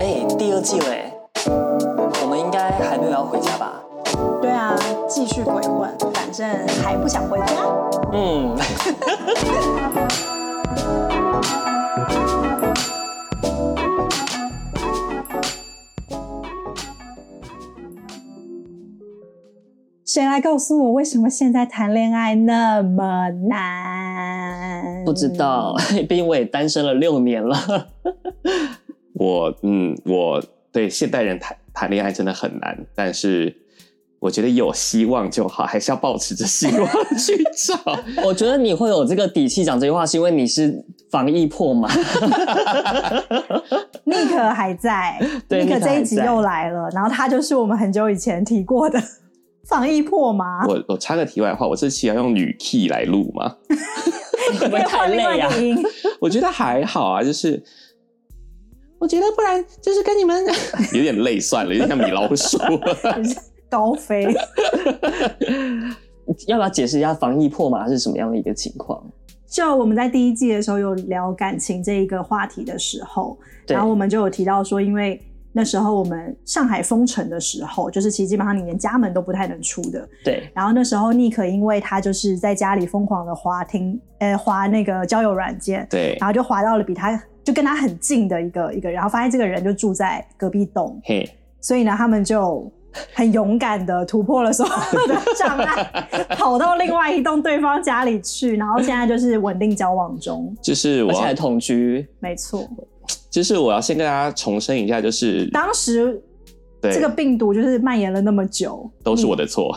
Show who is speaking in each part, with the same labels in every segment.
Speaker 1: 哎第二季嘞，我们应该还没有要回家吧？
Speaker 2: 对啊，继续鬼混，反正还不想回家。
Speaker 1: 嗯，
Speaker 2: 谁来告诉我为什么现在谈恋爱那么难？
Speaker 1: 不知。道， 毕竟我也单身了六年了。
Speaker 3: 我嗯，我对现代人谈谈恋爱真的很难，但是我觉得有希望就好，还是要保持着希望去找。
Speaker 1: 我觉得你会有这个底气讲这句话，是因为你是防疫破嘛？
Speaker 2: 尼克还在，
Speaker 1: 对
Speaker 2: 尼克
Speaker 1: Nick
Speaker 2: 这一集
Speaker 1: 还在
Speaker 2: 又来了，然后他就是我们很久以前提过的 防疫破麻，
Speaker 3: 我我插个题外话，我这期要用女 key 来录吗？
Speaker 1: 会不会太
Speaker 2: 换另外
Speaker 1: 累啊呀、
Speaker 2: 一个音，
Speaker 3: 我觉得还好啊，就是我觉得不然就是跟你们有点累，算了，有点像米老鼠。
Speaker 2: 高飞。
Speaker 1: 要不要解释一下防疫破麻是什么样的一个情况？
Speaker 2: 就我们在第一季的时候有聊感情这一个话题的时候，
Speaker 1: 对
Speaker 2: 然后我们就有提到说，因为那时候我们上海封城的时候，就是其实基本上你连家门都不太能出的。
Speaker 1: 对，
Speaker 2: 然后那时候尼克因为他就是在家里疯狂的滑听，呃，滑那个交友软件，
Speaker 3: 对，
Speaker 2: 然后就滑到了比他就跟他很近的一个一个人，然后发现这个人就住在隔壁栋，
Speaker 3: 嘿，
Speaker 2: 所以呢，他们就很勇敢的突破了所有的障 碍，跑到另外一栋对方家里去，然后现在就是稳定交往中，
Speaker 3: 就是我啊
Speaker 1: 而且还
Speaker 3: 要，
Speaker 1: 同 居，
Speaker 2: 没错。
Speaker 3: 就是我要先跟大家重申一下，就是
Speaker 2: 当时
Speaker 3: 对
Speaker 2: 这个病毒就是蔓延了那么久，
Speaker 3: 都是我的错，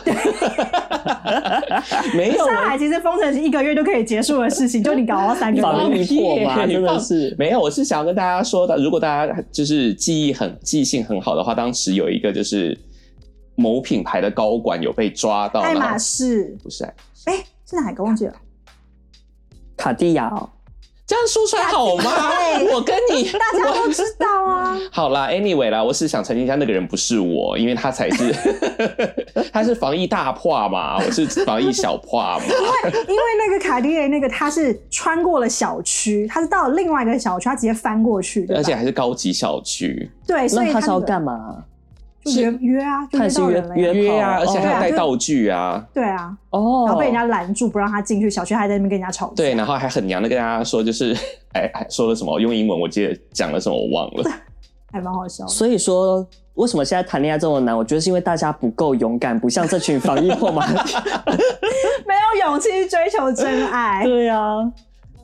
Speaker 3: 没有
Speaker 2: 上海其实封城一个月就可以结束的事情，就你搞到三个
Speaker 1: 防
Speaker 2: 月，
Speaker 1: 疫破麻
Speaker 3: 你
Speaker 1: 真的
Speaker 3: 放
Speaker 1: 是
Speaker 3: 没有，我是想要跟大家说的，如果大家就是记忆很记性很好的话，当时有一个就是某品牌的高管有被抓到，
Speaker 2: 爱
Speaker 3: 然
Speaker 2: 马
Speaker 3: 后
Speaker 2: 仕，
Speaker 3: 不是哎
Speaker 2: 哎、是哪个忘记了？
Speaker 1: 卡地亚哦，
Speaker 3: 这样说出来好吗？ 我跟你
Speaker 2: 大家都知道 啊，
Speaker 3: 好啦，anyway 啦，我是想澄清一下，那个人不是我，因为他才是 他是防疫大破嘛，我是防疫小破嘛。
Speaker 2: 因为那个卡地亚那个他是穿过了小区，他是到了另外一个小区，他直接翻过去，对吧
Speaker 3: 而且还是高级小区，
Speaker 2: 对，所以
Speaker 1: 那他
Speaker 2: 他
Speaker 1: 是要
Speaker 2: 那个
Speaker 1: 干嘛？
Speaker 2: 就约约啊，就
Speaker 1: 他
Speaker 2: 约
Speaker 1: 也是
Speaker 2: 到
Speaker 1: 约
Speaker 2: 人了呀
Speaker 1: 约
Speaker 3: 约啊，
Speaker 1: 炮
Speaker 3: 而且还
Speaker 2: 对啊
Speaker 3: 要带
Speaker 2: 就
Speaker 3: 道具啊，
Speaker 2: 对啊，
Speaker 1: 哦，
Speaker 2: 然后被人家拦住不让他进去，小区还在那边跟人家吵架。
Speaker 3: 对，然后还很娘的跟大家说，就是哎哎说了什么，用英文我记得讲了什么，我忘了。
Speaker 2: 还蛮好笑的。
Speaker 1: 所以说，为什么现在谈恋爱这么难？我觉得是因为大家不够勇敢，不像这群防疫破麻。
Speaker 2: 没有勇气去追求真爱，
Speaker 1: 对啊，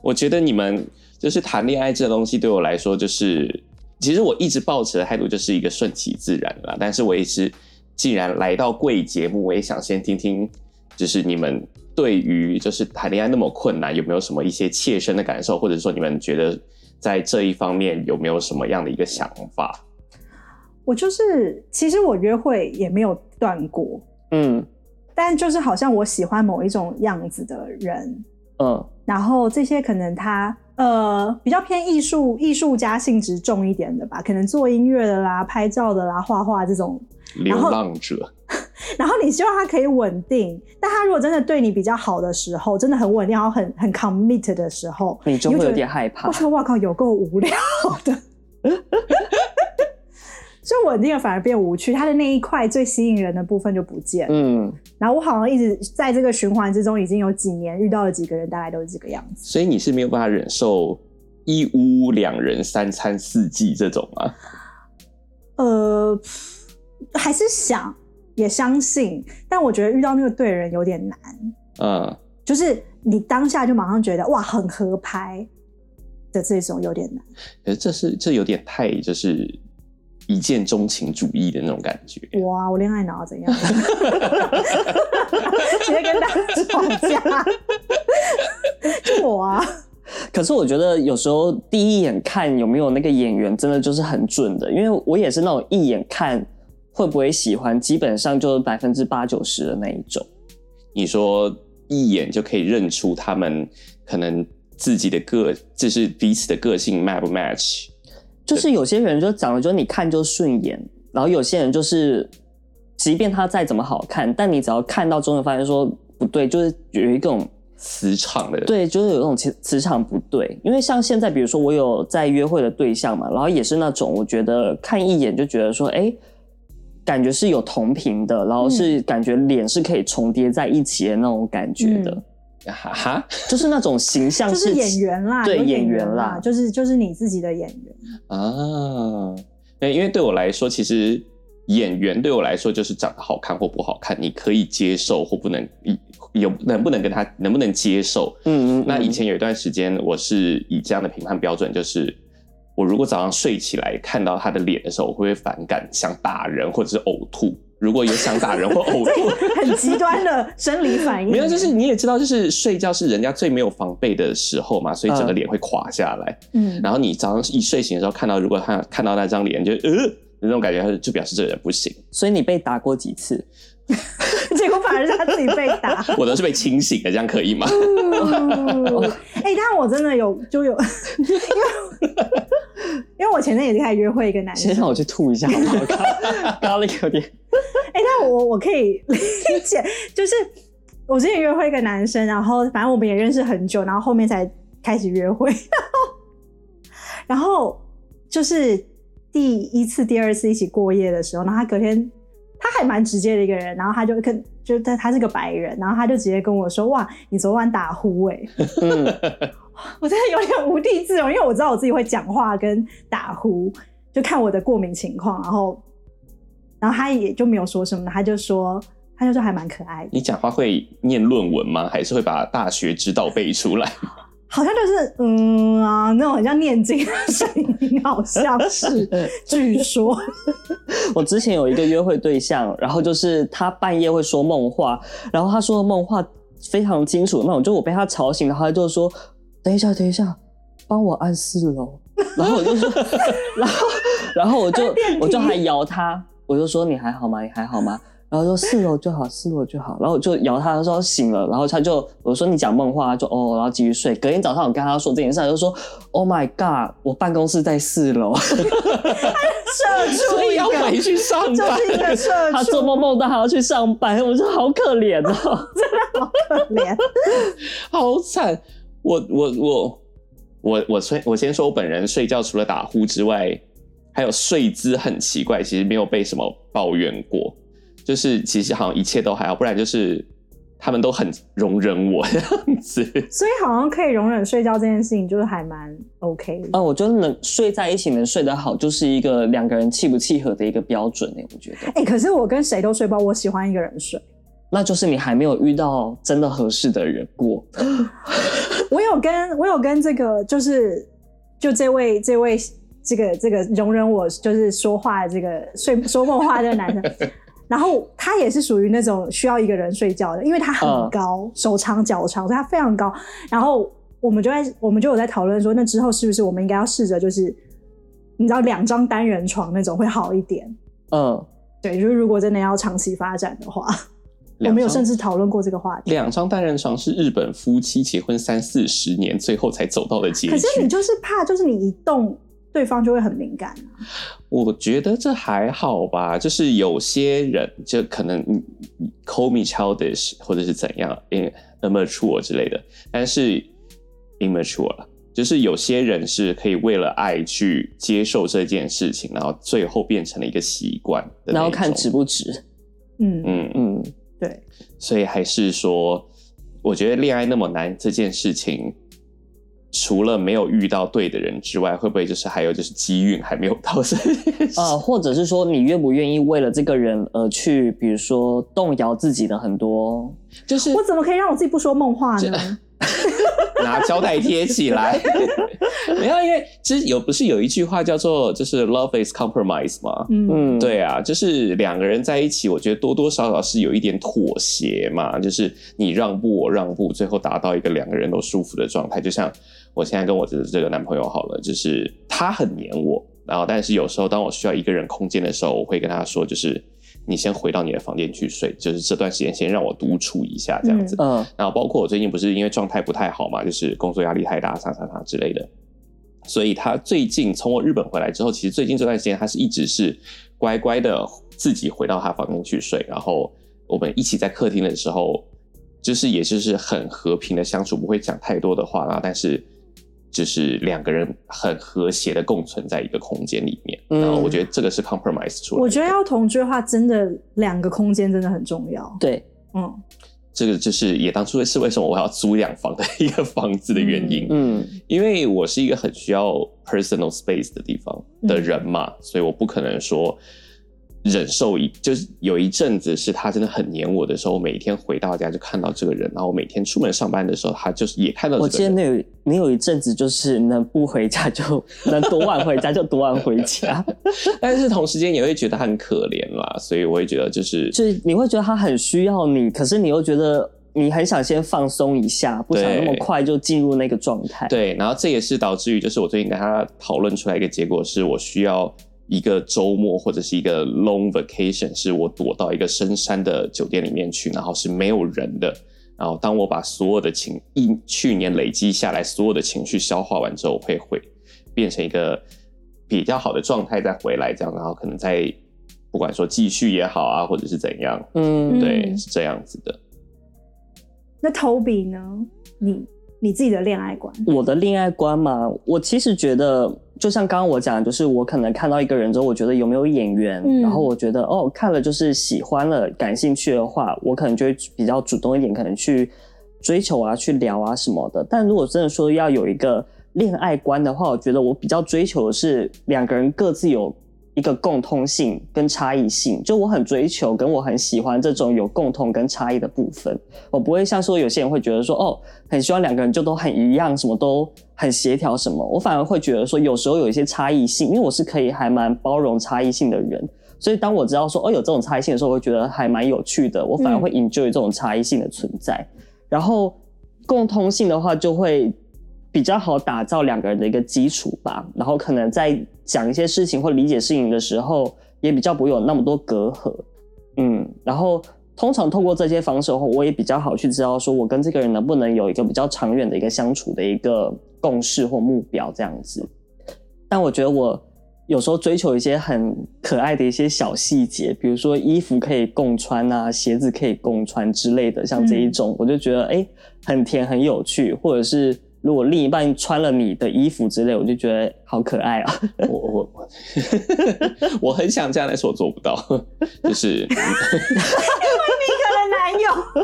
Speaker 3: 我觉得你们就是谈恋爱这东西，对我来说就是，其实我一直抱持的态度就是一个顺其自然啦。但是我也是，既然来到贵节目，我也想先听听，就是你们对于就是谈恋爱那么困难，有没有什么一些切身的感受，或者说你们觉得在这一方面有没有什么样的一个想法？
Speaker 2: 我就是其实我约会也没有断过，
Speaker 1: 嗯
Speaker 2: 但就是好像我喜欢某一种样子的人，
Speaker 1: 嗯，
Speaker 2: 然后这些可能他呃比较偏艺术艺术家性质重一点的吧，可能做音乐的啦、拍照的啦、画画这种
Speaker 3: 流
Speaker 2: 后
Speaker 3: 浪者，
Speaker 2: 然后你希望他可以稳定，但他如果真的对你比较好的时候，真的很稳定，然后很很 commit 的时候，
Speaker 1: 你就会有点
Speaker 2: 害
Speaker 1: 害怕
Speaker 2: 我觉。得哇靠，有够无聊 的。所以稳定了反而变无趣，他的那一块最吸引人的部分就不见了。
Speaker 1: 嗯，
Speaker 2: 然后我好像一直在这个循环之中，已经有几年遇到了几个人，大概都是这个样子。
Speaker 3: 所以你是没有办法忍受一屋两人三餐四季这种吗？
Speaker 2: 呃，还是想也相信，但我觉得遇到那个对的人有点难。
Speaker 3: 嗯，
Speaker 2: 就是你当下就马上觉得哇很合拍的这种有点难。
Speaker 3: 可是这是这有点太就是一见钟情主义的那种感觉。
Speaker 2: 哇，我恋爱脑啊怎样？ 直接跟大家吵架，就我啊，
Speaker 1: 可是我觉得有时候第一眼看有没有那个眼缘，真的就是很准的，因为我也是那种一眼看会不会喜欢，基本上就是百分之八九十的那一种。
Speaker 3: 你说一眼就可以认出他们可能自己的个，就是彼此的个性 match 不 match？
Speaker 1: 就是有些人就长得就你看就顺眼，然后有些人就是，即便他再怎么好看，但你只要看到中间发现说不对，就是有一种
Speaker 3: 磁场的，
Speaker 1: 对，就是有那种磁磁场不对，因为像现在，比如说我有在约会的对象嘛，然后也是那种我觉得看一眼就觉得说，哎，感觉是有同频的，然后是感觉脸是可以重叠在一起的那种感觉的，
Speaker 2: 嗯
Speaker 3: 哈哈
Speaker 1: 就是那种形象
Speaker 2: 就是是演员啦，
Speaker 1: 对
Speaker 2: 有演
Speaker 1: 演员啦
Speaker 2: 啦，就是就是你自己的演员，
Speaker 3: 啊，对，因为对我来说，其实演员对我来说就是长得好看或不好看，你可以接受或不能，有能不能跟他能不能接受。
Speaker 1: 嗯嗯，
Speaker 3: 那以
Speaker 1: 嗯
Speaker 3: 前有一段时间，我是以这样的评判标准，就是我如果早上睡起来看到他的脸的时候，我会反感，想打人或者是呕吐。如果有想打人或呕吐，
Speaker 2: 很极端的生理反应。
Speaker 3: 没有，就是你也知道，就是睡觉是人家最没有防备的时候嘛，所以整个
Speaker 1: 嗯
Speaker 3: 脸会垮下来。
Speaker 2: 嗯，
Speaker 3: 然后你早上一睡醒的时候看到，如果他看到那张脸，你就呃那种感觉，他就就表示这个人不行。
Speaker 1: 所以你被打过几次？
Speaker 2: 结果反而是他自己被打。
Speaker 3: 我都是被清醒的，这样可 以吗？
Speaker 2: 哦哎、但我真的有就有，因为因为我前阵也是开始约会一个男
Speaker 1: 先
Speaker 2: 生，
Speaker 1: 让我去吐一下好不好？刚刚那个有点，
Speaker 2: 哎、但我我可以理解，就是我之前约会一个男生，然后反正我们也认识很久，然后后面才开始约会，然后然后就是第一次、第二次一起过夜的时候，然后他隔天他还蛮直接的一个人，然后他就跟就他他是个白人，然后他就直接跟我说：“哇，你昨晚打呼哎、
Speaker 1: 嗯，
Speaker 2: 我真的有点无地自容，因为我知道我自己会讲话跟打呼，就看我的过敏情况，然后，然后他也就没有说什么，他就说，他就说还蛮可爱的，
Speaker 3: 你讲话会念论文吗？还是会把大学之道背出 来？
Speaker 2: 好像就是嗯啊那种很像念经的声音，好像是，
Speaker 1: 呃
Speaker 2: 据说，
Speaker 1: 我之前有一个约会对象，然后就是他半夜会说梦话，然后他说的梦话非常清楚那种，就我被他吵醒，然后他就说：“等一下，等一下，帮我按四楼。”然后我就说， 然后然后我就
Speaker 2: 电梯
Speaker 1: 我就还摇他，我就说：“你还好吗？你还好吗？”然后说四楼就好，四楼就好。然后我就摇他，他说醒了。然后他就我说你讲梦话，他就哦，然后继续睡。隔天早上我跟他说这件事，他就说 Oh my god，我办公室在四楼。
Speaker 2: 社畜
Speaker 3: 所以
Speaker 2: 一
Speaker 3: 要
Speaker 2: 个
Speaker 3: 回，去上
Speaker 2: 就
Speaker 3: 班。
Speaker 2: 是一个社
Speaker 1: 他做
Speaker 2: 畜
Speaker 1: 梦梦到还要去上班，我说好可怜哦。
Speaker 2: 脸，
Speaker 3: 好惨！我我我我我睡，我先说我本人睡觉除了打呼之外，还有睡姿很奇怪，其实没有被什么抱怨过，就是其实好像一切都还好，不然就是他们都很容忍我这样子。
Speaker 2: 所以好像可以容忍睡觉这件事情，就是还蛮 OK 的。
Speaker 1: 啊，我觉得能睡在一起能睡得好，就是一个两个人契不契合的一个标准哎、我觉得
Speaker 2: 哎、可是我跟谁都睡不好，我喜欢一个人睡。
Speaker 1: 那就是你还没有遇到真的合适的人过。
Speaker 2: 我有跟我有跟这个就是就这位这位这个这个容忍我就是说话的这个睡说梦话的男生，然后他也是属于那种需要一个人睡觉的，因为他
Speaker 3: 嗯
Speaker 2: 很高，手长脚长，所以他非常高。然后我们就在我们就有在讨论说，那之后是不是我们应该要试着就是你知道两张单人床那种会好一点。
Speaker 1: 嗯，
Speaker 2: 对，就是如果真的要长期发展的话，我
Speaker 3: 两
Speaker 2: 们有甚
Speaker 3: 张
Speaker 2: 至讨论过这个话题。
Speaker 3: 两张单人床是日本夫妻结婚三四十年最后才走到的结
Speaker 2: 可是你
Speaker 3: 局。
Speaker 2: 就是怕，就是你一动，对方就会很敏感、啊。
Speaker 3: 我觉得这还好吧，就是有些人就可能嗯 call me childish 或者是怎样，im- immature 之类的，但是 immature 了，就是有些人是可以为了爱去接受这件事情，然后最后变成了一个习惯的那
Speaker 1: 然后
Speaker 3: 一
Speaker 1: 看
Speaker 3: 种
Speaker 1: 值不值。
Speaker 2: 嗯，
Speaker 3: 嗯，
Speaker 1: 嗯，
Speaker 2: 对，
Speaker 3: 所以还是说，我觉得恋爱那么难这件事情，除了没有遇到对的人之外，会不会就是还有就是机运还没有到？哦
Speaker 1: 呃，或者是说你愿不愿意为了这个人而去，比如说动摇自己的很多。
Speaker 3: 就是
Speaker 2: 我怎么可以让我自己不说梦话呢？
Speaker 3: 拿胶带贴起来。 没有，因为其实有不是有一句话叫做就是 “love is compromise” 吗？
Speaker 2: 嗯，
Speaker 1: 嗯，，
Speaker 3: 对啊，就是两个人在一起，我觉得多多少少是有一点妥协嘛，就是你让步，我让步，最后达到一个两个人都舒服的状态。就像我现在跟我的这个男朋友好了，就是他很黏我，然后但是有时候当我需要一个人空间的时候，我会跟他说，就是你先回到你的房间去睡，就是这段时间先让我独处一下这样子。
Speaker 1: 嗯
Speaker 3: 然后包括我最近不是因为状态不太好嘛，就是工作压力太大，啥啥啥之类的。所以他最近从我日本回来之后，其实最近这段时间他是一直是乖乖的自己回到他房间去睡，然后我们一起在客厅的时候就是也就是很和平的相处，不会讲太多的话啦，但是就是两个人很和谐的共存在一个空间里面。
Speaker 1: 嗯
Speaker 3: 然后我觉得这个是 compromise 出来的。
Speaker 2: 我觉得要同居的话，真的两个空间真的很重要。
Speaker 1: 对，
Speaker 2: 嗯，
Speaker 3: 这个就是也当初是为什么我要租两房的一个房子的原因，
Speaker 1: 嗯
Speaker 3: 因为我是一个很需要 personal space 的地方的人嘛，所以我不可能说忍受一就是有一阵子是他真的很黏我的时候，我每天回到家就看到这个人，然后我每天出门上班的时候，他就是也看到
Speaker 1: 我
Speaker 3: 这
Speaker 1: 记
Speaker 3: 个
Speaker 1: 得
Speaker 3: 人。
Speaker 1: 你有你有一阵子就是能不回家就能多晚回家就多晚回家，
Speaker 3: 但是同时间也会觉得他很可怜啦，所以我会觉得就是
Speaker 1: 就是你会觉得他很需要你，可是你又觉得你很想先放松一下，不想那么
Speaker 3: 对
Speaker 1: 快就进入那个状态。
Speaker 3: 对，然后这也是导致于，就是我最近跟他讨论出来一个结果，是我需要一个周末或者是一个 long vacation，是我躲到一个深山的酒店里面去，然后是没有人的。然后当我把所有的情一去年累积下来所有的情绪消化完之后，我会会变成一个比较好的状态再回来，这样，然后可能再不管说继续也好啊，或者是怎样，
Speaker 1: 嗯，
Speaker 3: 对，
Speaker 2: 嗯
Speaker 3: 是这样子的。
Speaker 2: 那 Toby 呢？你你自己的恋爱观？
Speaker 1: 我的恋爱观嘛，我其实觉得，就像刚刚我讲的，就是我可能看到一个人之后，我觉得有没有眼缘，
Speaker 2: 嗯
Speaker 1: 然后我觉得哦，看了就是喜欢了，感兴趣的话，我可能就会比较主动一点，可能去追求啊，去聊啊什么的。但如果真的说要有一个恋爱观的话，我觉得我比较追求的是两个人各自有。一个共通性跟差异性，就我很追求，跟我很喜欢这种有共同跟差异的部分。我不会像说有些人会觉得说哦，很希望两个人就都很一样，什么都很协调什么。我反而会觉得说，有时候有一些差异性，因为我是可以还蛮包容差异性的人，所以当我知道说哦有这种差异性的时候，我会觉得还蛮有趣的。我反而会 enjoy 这种差异性的存在。然后共通性的话，就会比较好打造两个人的一个基础吧。然后可能在讲一些事情或理解事情的时候，也比较不会有那么多隔阂。嗯，然后通常透过这些方式的话，我也比较好去知道说我跟这个人能不能有一个比较长远的一个相处的一个共识或目标这样子。但我觉得我有时候追求一些很可爱的一些小细节，比如说衣服可以共穿啊，鞋子可以共穿之类的，像这一种，我就觉得哎、诶很甜很有趣，或者是。如果另一半穿了你的衣服之类，我就觉得好可爱啊！
Speaker 3: 我我我， 我很想这样，但是我做不到， 就是。
Speaker 2: 可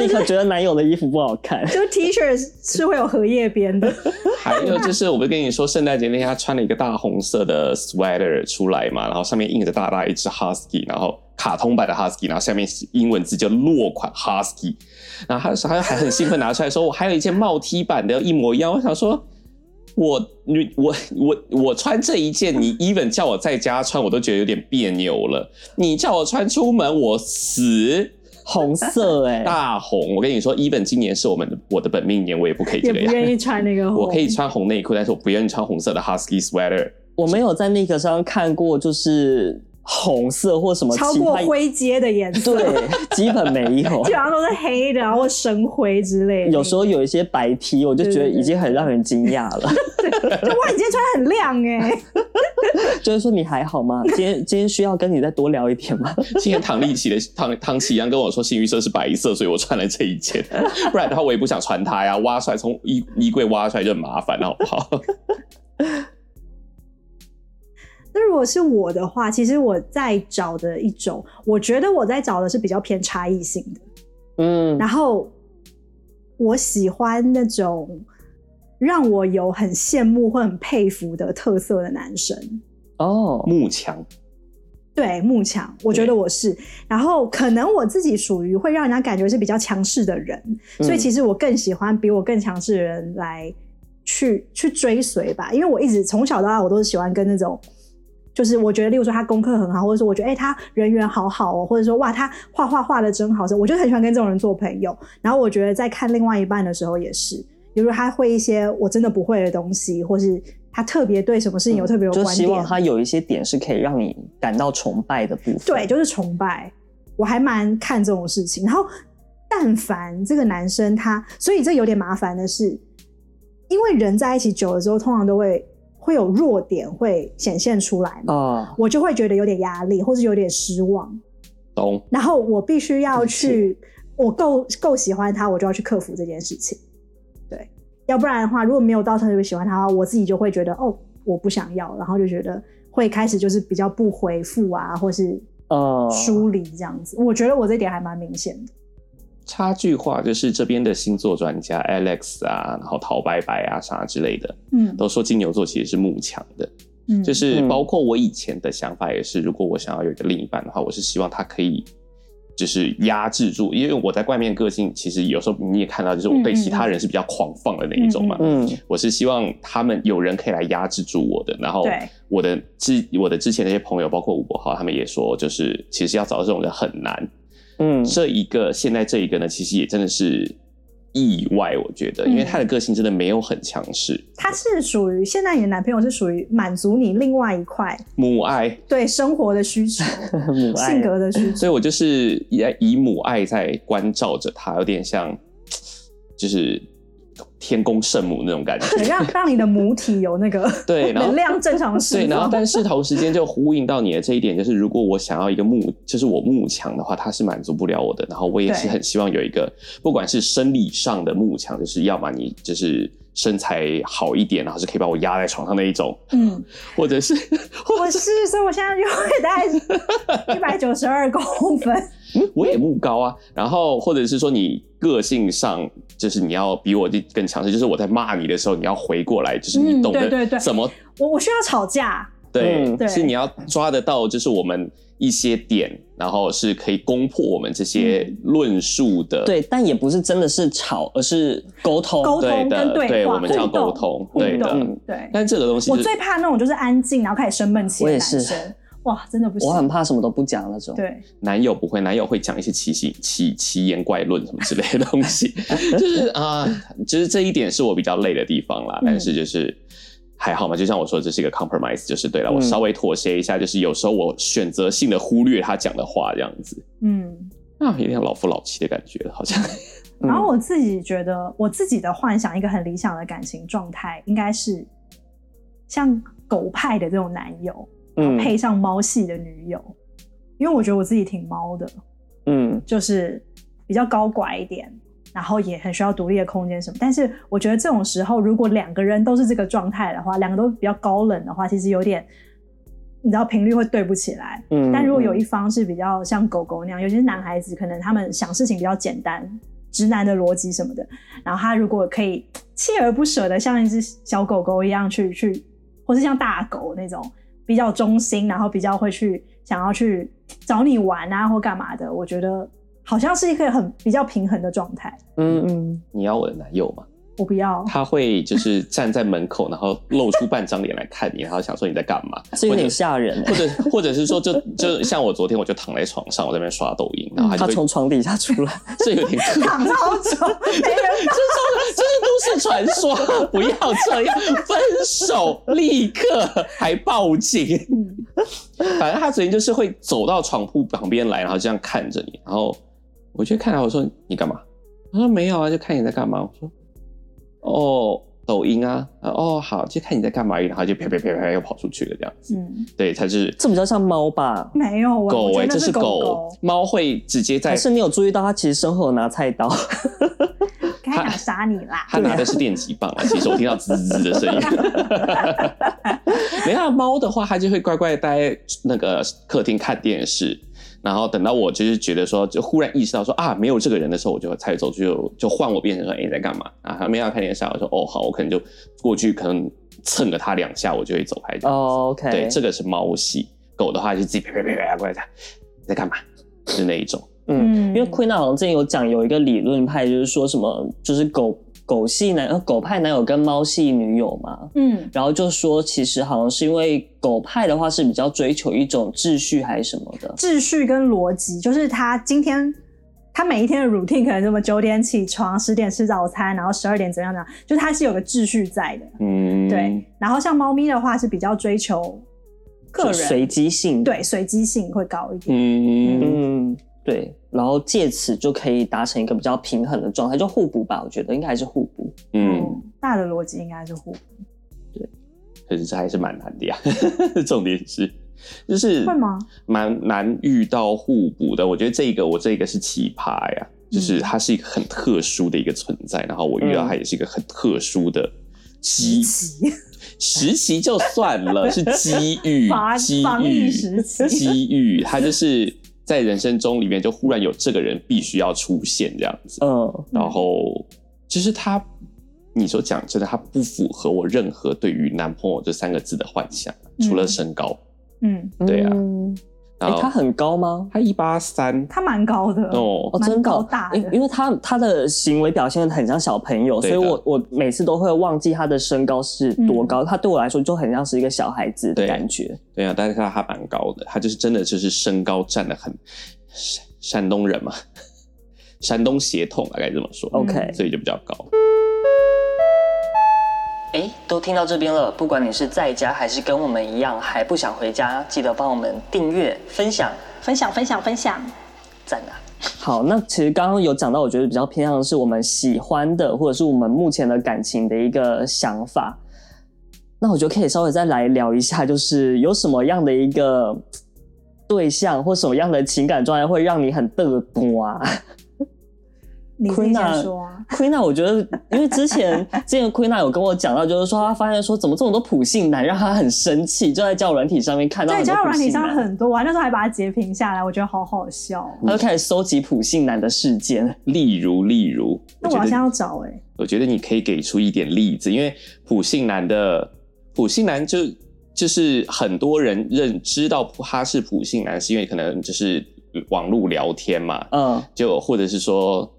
Speaker 1: 立刻觉得男友的衣服不好看，
Speaker 2: 能男友 就 T 恤是会有荷叶边的，
Speaker 3: 还有就是，我不是跟你说，圣诞节那天他穿了一个大红色的 sweater 出来嘛，然后上面印着大大一只 husky，然后卡通版的 husky，然后下面英文字就落款 husky，然后他他还很兴奋拿出来说，我还有一件帽 T 版的一模一样，我想说。我你我我我穿这一件，你 even 叫我在家穿，我都觉得有点别扭了。你叫我穿出门，我死
Speaker 1: 红色 哎、
Speaker 3: 大红。我跟你说，even 今年是我们的我的本命年，我也不可以
Speaker 2: 也
Speaker 3: 这
Speaker 2: 不
Speaker 3: 个样。
Speaker 2: 愿意穿那个红。
Speaker 3: 我可以穿红内裤，但是我不愿意穿红色的 husky sweater。
Speaker 1: 我没有在那个上看过，就是红色或什么
Speaker 2: 超
Speaker 1: 其
Speaker 2: 过
Speaker 1: 他
Speaker 2: 灰阶的颜 色，
Speaker 1: 对，基本没 有
Speaker 2: 基。本上都是黑的，然后深灰之类的。
Speaker 1: 有时候有一些白 T，我就觉得
Speaker 2: 对对对
Speaker 1: 已经很让人惊讶 了。
Speaker 2: 就哇，你今天穿得很亮哎、
Speaker 1: 就是说你还好吗？今天今天需要跟你再多聊一点吗？
Speaker 3: 今天唐立 奇的唐唐启阳跟我说，幸运色是白色，所以我穿了这 一件，不然的话我也不想穿它呀，挖出来从衣衣柜挖出来就很麻烦，好不好？
Speaker 2: 那如果是我的话，其实我在找的一种，我觉得我在找的是比较偏差异性的。
Speaker 1: 嗯，
Speaker 2: 然后我喜欢那种让我有很羡慕或很佩服的特色的男生。
Speaker 1: 哦，
Speaker 3: 幕墙
Speaker 2: 对，慕强，我觉
Speaker 3: 对
Speaker 2: 得我是。然后可能我自己属于会让人家感觉是比较强势的人，所
Speaker 1: 嗯
Speaker 2: 以其实我更喜欢比我更强势的人来去去追随吧，因为我一直从小到大我都是喜欢跟那种。就是我觉得，例如说他功课很好，或者说我觉得哎、他人缘好好哦，或者说哇他画画画的真好，我就很喜欢跟这种人做朋友。然后我觉得在看另外一半的时候也是，比如他会一些我真的不会的东西，或是他特别对什么事情有特别有
Speaker 1: 嗯就
Speaker 2: 观
Speaker 1: 希
Speaker 2: 点，
Speaker 1: 望他有一些点是可以让你感到崇拜的部分。
Speaker 2: 对，就是崇拜。我还蛮看这种事情。然后，但凡这个男生他，所以这有点麻烦的是，因为人在一起久了之后，通常都会会有弱点会显现出来嘛，
Speaker 1: 啊，
Speaker 2: 我就会觉得有点压力，或是有点失望。
Speaker 3: 懂
Speaker 2: 然后我必须要去我够够喜欢他，我就要去克服这件事情。对，要不然的话，如果没有到特别喜欢他的话，我自己就会觉得哦，我不想要，然后就觉得会开始就是比较不回复啊，或是
Speaker 1: 哦，
Speaker 2: 疏离这样子。我觉得我这点还蛮明显的。
Speaker 3: 插句话，就是这边的星座专家 Alex 啊，然后陶白白啊啥之类的，
Speaker 2: 嗯
Speaker 3: 都说金牛座其实是慕强的，
Speaker 2: 嗯，
Speaker 3: 就是
Speaker 1: 嗯
Speaker 3: 包括我以前的想法也是，如果我想要有一个另一半的话，我是希望他可以就是压制住，因为我在外面个性其实有时候你也看到，就是我对其他人是比较狂放的那一种嘛，
Speaker 1: 嗯
Speaker 3: 我是希望他们有人可以来压制住我的，然后
Speaker 2: 对
Speaker 3: 我的之我的之前那些朋友，包括吴伯浩，他们也说，就是其实要找到这种人很难。
Speaker 1: 嗯
Speaker 3: 这一个现在这一个呢，其实也真的是意外，我觉得，
Speaker 2: 嗯
Speaker 3: 因为他的个性真的没有很强势，
Speaker 2: 他是属于现在你的男朋友是属于满足你另外一块
Speaker 3: 母爱，
Speaker 2: 对生活的需 求、
Speaker 1: 母爱
Speaker 2: 性格的需求。
Speaker 3: 所以我就是以以母爱在关照着他，有点像就是天公圣母那种感
Speaker 2: 对
Speaker 3: 觉。
Speaker 2: 让让你的母体有那个
Speaker 3: 对然后
Speaker 2: 能量正常释
Speaker 3: 对，然后
Speaker 2: 放。
Speaker 3: 但是同时间就呼应到你的这一点，就是如果我想要一个慕，就是我慕强的话，他是满足不了我的。然后我也是
Speaker 2: 对
Speaker 3: 很希望有一个，不管是生理上的慕强，就是要么你就是身材好一点，然后是可以把我压在床上那一种，
Speaker 2: 嗯，
Speaker 3: 或者是
Speaker 2: 我是，所以我现在就会大概一百九十二公分。
Speaker 3: 我也慕高啊，然后或者是说你个性上，就是你要比我更强势，就是我在骂你的时候，你要回过来，就是你
Speaker 2: 嗯
Speaker 3: 懂
Speaker 2: 对对
Speaker 3: 得
Speaker 2: 对
Speaker 3: 怎么
Speaker 2: 我我需要吵架，
Speaker 3: 对，
Speaker 1: 嗯
Speaker 2: 对
Speaker 3: 是你要抓得到，就是我们一些点，然后是可以攻破我们这些论述的，
Speaker 1: 对，但也不是真的是吵，而是沟通。
Speaker 2: 沟通
Speaker 3: 哦对的，
Speaker 2: 跟对
Speaker 3: 对，
Speaker 2: 话
Speaker 3: 我们叫
Speaker 2: 互动
Speaker 3: 沟通，
Speaker 2: 互
Speaker 3: 对的
Speaker 2: 动。对，
Speaker 3: 但这个东西
Speaker 2: 我
Speaker 3: 就是
Speaker 2: 最怕那种就是安静，然后开始生闷气
Speaker 1: 我
Speaker 2: 的
Speaker 1: 也
Speaker 2: 男
Speaker 1: 是
Speaker 2: 生。哇，真的不行。
Speaker 1: 我很怕什么都不讲那种。
Speaker 2: 对，
Speaker 3: 男友不会，男友会讲一些奇形奇奇言怪论什么之类的东西， 就是啊、就是这一点是我比较累的地方啦。
Speaker 2: 嗯
Speaker 3: 但是就是还好嘛，就像我说，这是一个 compromise，就是对了，我
Speaker 1: 嗯
Speaker 3: 稍微妥协一下，就是有时候我选择性的忽略他讲的话，这样子
Speaker 2: 嗯。
Speaker 3: 啊，有点老夫老妻的感觉，好像
Speaker 1: 嗯
Speaker 2: 然后我自己觉得，我自己的幻想一个很理想的感情状态，应该是像狗派的这种男友，
Speaker 1: 嗯
Speaker 2: 配上猫系的女友，因为我觉得我自己挺猫的，
Speaker 1: 嗯
Speaker 2: 就是比较高拐一点，然后也很需要独立的空间什么。但是我觉得这种时候，如果两个人都是这个状态的话，两个都比较高冷的话，其实有点，你知道频率会对不起来。
Speaker 1: 嗯，
Speaker 2: 但如果有一
Speaker 1: 嗯
Speaker 2: 方是比较像狗狗那样，尤其是男孩子，可能他们想事情比较简单，直男的逻辑什么的。然后他如果可以锲而不舍的像一只小狗狗一样去去，或是像大狗那种比较忠心，然后比较会去想要去找你玩啊或干嘛的，我觉得好像是一个很比较平衡的状态。
Speaker 1: 嗯嗯，
Speaker 3: 你要我的男友嘛，
Speaker 2: 我不 要，
Speaker 3: 他会就是站在门口，然后露出半张脸来看你，然后想说你在干嘛，
Speaker 1: 这有
Speaker 3: 或
Speaker 1: 点
Speaker 3: 者
Speaker 1: 吓人欸
Speaker 3: 或。者或者是说就，就像我昨天我就躺在床上，我在那边刷抖音，然后
Speaker 1: 他
Speaker 3: 他就
Speaker 1: 从
Speaker 3: 会，
Speaker 1: 床底下出 来，
Speaker 3: 这有点可
Speaker 2: 躺好久，没人
Speaker 3: 这是都市传说，不要这样，分手立刻还报警。
Speaker 2: 嗯
Speaker 3: 反正他昨天就是会走到床铺旁边来，然后这样看着你，然后我就看他，我说你干嘛？他说没有啊，就看你在干嘛。我说哦，抖音啊，啊哦好，就看你在干嘛而已，然后就啪啪啪啪又跑出去了，这样子。
Speaker 2: 嗯，
Speaker 3: 对，他就是
Speaker 1: 这比较像猫 吧？
Speaker 2: 没有，我
Speaker 3: 狗
Speaker 2: 我
Speaker 3: 哎、
Speaker 2: 觉得
Speaker 3: 这
Speaker 2: 那
Speaker 3: 是
Speaker 2: 狗
Speaker 3: 狗，猫会直接在
Speaker 1: 还是你有注意到他其实身后有拿菜刀？
Speaker 2: 该想杀你啦。
Speaker 3: 他拿的是电击棒啊，其实我听到滋滋滋的声音。 没有啊猫的话，它就会乖乖地待在那个客厅看电视，然后等到我就是觉得说，就忽然意识到说啊没有这个人的时候，我就才走出去，就就换我变成说哎、你在干嘛啊？他没有要看电视啊，我说哦好，我可能就过去可能蹭了它两下，我就会走开。
Speaker 1: 哦，OK，
Speaker 3: 对，这个是猫系，狗的话就自己啪啪啪啪啪过来看你在干嘛，是那一种。
Speaker 1: 因
Speaker 2: 嗯，
Speaker 1: 为 Queen 好像之前有讲有一个理论派，就是说什么就是狗狗系男呃狗派男友跟猫系女友嘛，
Speaker 2: 嗯，
Speaker 1: 然后就说其实好像是因为狗派的话是比较追求一种秩序还是什么的，
Speaker 2: 秩序跟逻辑，就是他今天他每一天的 routine 可能这么九点起床，十点吃早餐，然后十二点怎么样怎么样，就是他是有个秩序在的。
Speaker 3: 嗯，
Speaker 2: 对，然后像猫咪的话是比较追求个
Speaker 1: 就随
Speaker 2: 人，
Speaker 1: 机性。
Speaker 2: 对随机性会高一点。
Speaker 3: 嗯
Speaker 1: 嗯，对，然后借此就可以达成一个比较平衡的状态，就互补吧，我觉得应该还是互补。
Speaker 3: 嗯，
Speaker 2: 哦大的逻辑应该是互补，
Speaker 3: 可是这还是蛮难的呀。 重点是，就是
Speaker 2: 会吗？
Speaker 3: 蛮难遇到互补的。我觉得这个我这个是奇葩呀，
Speaker 2: 嗯
Speaker 3: 就是它是一个很特殊的一个存在，然后我遇到它也是一个很特殊的机
Speaker 2: 期
Speaker 3: 实习就算了，是机遇
Speaker 2: 防，
Speaker 3: 机
Speaker 2: 防疫时
Speaker 3: 遇，
Speaker 2: 期
Speaker 3: 机遇，他就是在人生中里面就忽然有这个人必须要出现这样子，
Speaker 1: 嗯
Speaker 3: 然后就是他，你说讲真的，他不符合我任何对于男朋友这三个字的幻想，除了身高，
Speaker 2: 嗯，
Speaker 3: 对啊
Speaker 1: 嗯
Speaker 3: 然
Speaker 1: 诶
Speaker 3: 后
Speaker 1: 他很高吗？
Speaker 3: 他一八三
Speaker 2: 他蛮高的
Speaker 3: 哦
Speaker 1: 哦，真的
Speaker 2: 蛮高
Speaker 1: 哦
Speaker 2: 大，的
Speaker 1: 因因为他他的行为表现很像小朋友，所
Speaker 3: 对
Speaker 1: 以
Speaker 3: 的
Speaker 1: 我我每次都会忘记他的身高是多
Speaker 2: 嗯
Speaker 1: 高，他对我来说就很像是一个小孩子的
Speaker 3: 对
Speaker 1: 感觉。
Speaker 3: 对啊，但是他还蛮高的，他就是真的就是身高占的很，山山东人嘛，山东血统啊，该这么说
Speaker 1: OK
Speaker 3: 所以就比较高。
Speaker 1: 诶，哎都听到这边了，不管你是在家还是跟我们一样还不想回家，记得帮我们订阅、分享、
Speaker 4: 分享分享分享，
Speaker 1: 赞啊！好，那其实刚刚有讲到，我觉得比较偏向是我们喜欢的，或者是我们目前的感情的一个想法。那我觉得可以稍微再来聊一下，就是有什么样的一个嘖对象或什么样的情感状态会让你很嘚啵啊？
Speaker 2: 你自己
Speaker 1: Queen 啊
Speaker 2: 先说啊，
Speaker 1: 奎娜，我觉得，因为之前之前奎娜有跟我讲到，就是说她发现说怎么这么多普信男，让她很生气，就在交友软体上面看到
Speaker 2: 对，
Speaker 1: 很
Speaker 2: 交
Speaker 1: 多
Speaker 2: 友
Speaker 1: 普
Speaker 2: 软体
Speaker 1: 信
Speaker 2: 上
Speaker 1: 男，
Speaker 2: 很多，啊我那时候还把它截屏下来，我觉得好好笑哦。
Speaker 1: 她就开始搜集普信男的事件。
Speaker 3: 例如，例如，
Speaker 2: 那
Speaker 3: 觉
Speaker 2: 我好
Speaker 3: 得
Speaker 2: 像要找哎，
Speaker 3: 我觉得你可以给出一点例子，因为普信男的普信男就就是很多人认知道他是普信男，是因为可能就是网络聊天嘛，
Speaker 1: 嗯，
Speaker 3: 就或者是说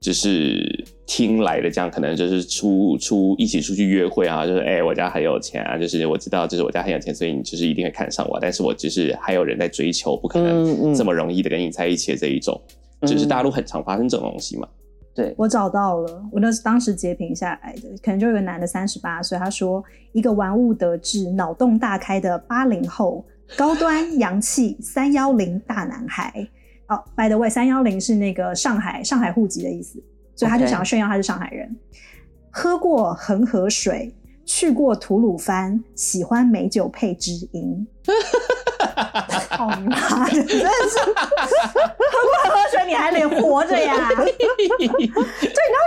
Speaker 3: 就是听来的这样，可能就是出出一起出去约会啊，就是哎、我家很有钱啊，就是我知道就是我家很有钱，所以你就是一定会看上我，但是我就是还有人在追求，不可
Speaker 1: 嗯
Speaker 3: 能
Speaker 1: 嗯
Speaker 3: 这么容易的跟你在一起的这一种，就是
Speaker 1: 嗯
Speaker 3: 大陆很常发生这种东西嘛。
Speaker 1: 对，
Speaker 2: 我找到了，我那是当时截屏下来的，可能就有个男的三十八岁，他说一个玩物得志、脑洞大开的八零后，高端洋气三幺零大男孩。哦、b y the way，三幺零是那个上海上海户籍的意思，所以他就
Speaker 1: OK
Speaker 2: 想要炫耀他是上海人。喝过恒河水，去过吐鲁番，喜欢美酒配知音。操你妈的！真的是喝过恒河水，你还得活着 呀？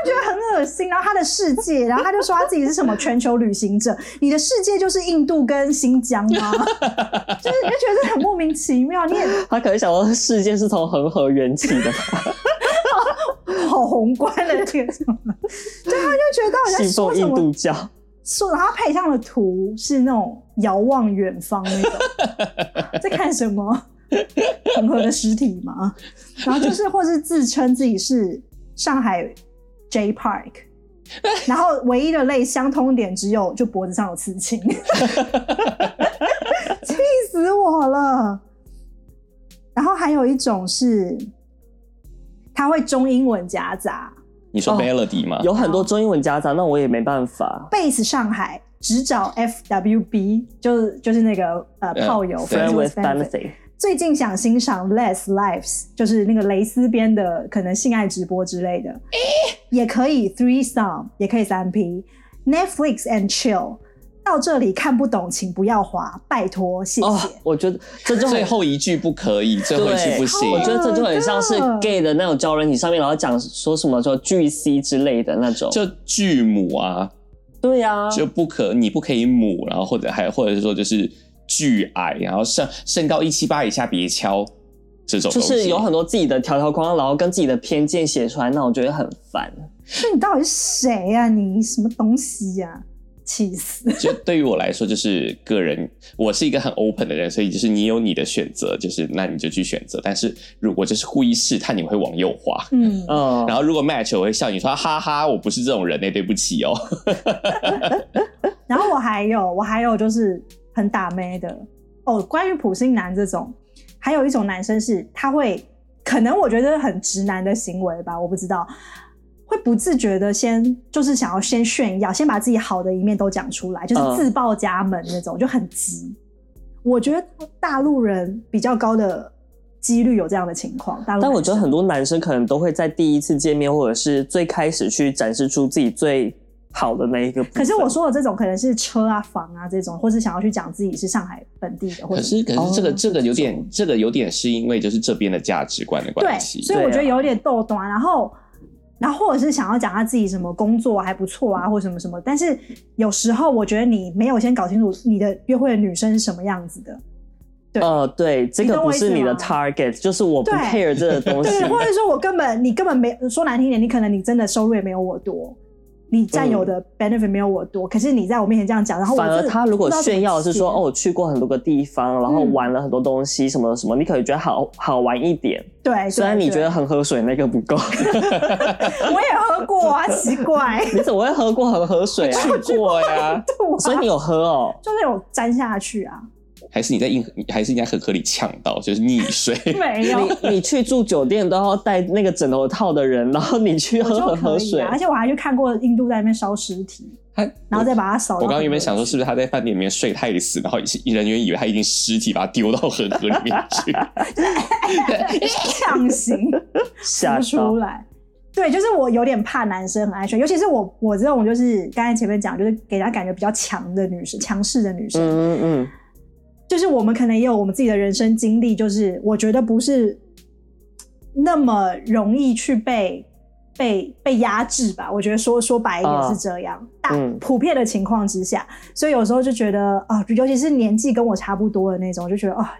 Speaker 2: 觉得很恶心。然后他的世界，然后他就说他啊自己是什么全球旅行者，你的世界就是印度跟新疆 吗？就是你就觉得很莫名其妙，你也
Speaker 1: 她可能想说世界是从恒河缘起 的吧。
Speaker 2: 好宏观的这个什么，对，他就觉得到底在
Speaker 1: 信
Speaker 2: 说
Speaker 1: 奉
Speaker 2: 什
Speaker 1: 印
Speaker 2: 么？
Speaker 1: 度教，
Speaker 2: 说，然后他配上的图是那种遥望远方那种，在看什么恒河的尸体吗？然后就是或是自称自己是上海 J Park。然后唯一的类相通点只有就脖子上有刺青，气死我了。然后还有一种是，他会中英文夹杂，
Speaker 3: 你说
Speaker 1: 哦
Speaker 3: melody 吗？
Speaker 1: 有很多中英文夹杂，那我也没办法。
Speaker 2: Base 上海只找 FWB，就是就是那个呃
Speaker 3: 嗯
Speaker 2: 炮友
Speaker 3: 对
Speaker 1: Friend
Speaker 2: ，friends
Speaker 1: with
Speaker 2: with benefit
Speaker 1: benefit，
Speaker 2: 最近想欣赏 Less Lives，就是那个蕾丝边的可能性爱直播之类的，也可以 Three Some，也可以三 P Netflix and Chill。到这里看不懂，请不要滑，拜托，谢谢。
Speaker 1: 哦，我觉得这就
Speaker 3: 最
Speaker 1: 很。
Speaker 3: 后一句不可以，最后一句不行。
Speaker 1: 我觉得这就很像是
Speaker 2: 真的
Speaker 1: gay 的那种交友软体上面，然后讲说什么说巨 C 之类的那种。
Speaker 3: 就巨母啊，
Speaker 1: 对呀、
Speaker 3: 就不可你不可以母，然后或者还或者是说就是巨矮，然后身身高一七八以下别敲这种
Speaker 1: 就
Speaker 3: 东西。
Speaker 1: 是有很多自己的条条框框，然后跟自己的偏见写出来，那我觉得很烦。
Speaker 2: 那你到底是谁呀、啊？你什么东西呀、气死！
Speaker 3: 就对于我来说，就是个人，我是一个很 open 的人，所以就是你有你的选择，就是那你就去选择。但是如果就是故意试探，你会往右滑。
Speaker 2: 嗯，
Speaker 1: 嗯，
Speaker 3: 然后如果 match，我会笑你说哈哈，我不是这种人呢、对不起哦。
Speaker 2: 然后我还有，我还有就是很打妹的哦。关于普信男这种，还有一种男生是他会，可能我觉得很直男的行为吧，我不知道，会不自觉的先就是想要先炫耀，先把自己好的一面都讲出来，就是
Speaker 1: 嗯
Speaker 2: 自报家门那种，就很急。我觉得大陆人比较高的几率有这样的情况，大陆
Speaker 1: 但我
Speaker 2: 男
Speaker 1: 觉得
Speaker 2: 生
Speaker 1: 很多男生可能都会在第一次见面或者是最开始去展示出自己最好的那一个部分。
Speaker 2: 可是我说的这种可能是车啊、房啊这种，或是想要去讲自己是上海本地的，或者
Speaker 3: 可是可是这个、
Speaker 1: 哦
Speaker 3: 这个有点这个有点是因为就是这边的价值观的
Speaker 2: 对，
Speaker 3: 关系，
Speaker 2: 所以我觉得
Speaker 1: 啊
Speaker 2: 有点逗短，然后。然后或者是想要讲他自己什么工作还不错
Speaker 1: 嗯
Speaker 2: 啊，或什么什么，但是有时候我觉得你没有先搞清楚你的约会的女生是什么样子的，
Speaker 1: 呃，对，这个
Speaker 2: 懂我
Speaker 1: 不
Speaker 2: 意思
Speaker 1: 是你的
Speaker 2: 吗
Speaker 1: target，就是我不
Speaker 2: 对
Speaker 1: care 这个东西。
Speaker 2: 对，或者说我根本你根本没说难听一点，你可能你真的收入也没有我多，你占有的 benefit 没有我多，可是你在我面前这样讲，然后我
Speaker 1: 反而
Speaker 2: 真的
Speaker 1: 他如果
Speaker 2: 不知道怎么
Speaker 1: 炫耀的是说
Speaker 2: 接
Speaker 1: 哦，我去过很多个地方，然后
Speaker 2: 嗯
Speaker 1: 玩了很多东西什么什么，你可能觉得好好玩一点，
Speaker 2: 对，
Speaker 1: 虽然
Speaker 2: 对
Speaker 1: 你觉得很喝水那个不够，
Speaker 2: 对我也喝过啊，奇 怪，
Speaker 1: 你怎么会喝过很喝水 啊？
Speaker 3: 去过呀，
Speaker 2: 吐啊
Speaker 1: 所以你有喝哦。
Speaker 2: 就是有沾下去 啊，
Speaker 3: 还是你在硬还是你在恒河里呛到，就是溺 水。
Speaker 2: 没有，
Speaker 1: 你你去住酒店都要带那个枕头套的人，然后你去
Speaker 2: 我
Speaker 1: 喝
Speaker 2: 就
Speaker 1: 很
Speaker 2: 可
Speaker 1: 喝
Speaker 2: 以
Speaker 1: 水
Speaker 2: 啊，，而且我还去看过印度在那边烧尸体，
Speaker 3: 他
Speaker 2: 然后再把它扫到
Speaker 3: 我刚刚原本想说，
Speaker 2: 河
Speaker 3: 是不是他在饭店里面睡太死，然后人员以为他已经尸体，把他丢到恒河里面 去。
Speaker 2: 里面 呛 醒。
Speaker 1: 吓
Speaker 2: 不
Speaker 1: 到
Speaker 2: 出。来。对，就是我有点怕男生很爱炫，尤其是我我这种就是刚才前面讲，就是给人家感觉比较强的女生，强势的女生，
Speaker 1: 嗯嗯嗯，
Speaker 2: 就是我们可能也有我们自己的人生经历，就是我觉得不是那么容易去被被被压制吧。我觉得说说白一点
Speaker 1: 啊
Speaker 2: 是这样，大、
Speaker 1: 嗯
Speaker 2: 普遍的情况之下，所以有时候就觉得啊，尤其是年纪跟我差不多的那种，就觉得啊，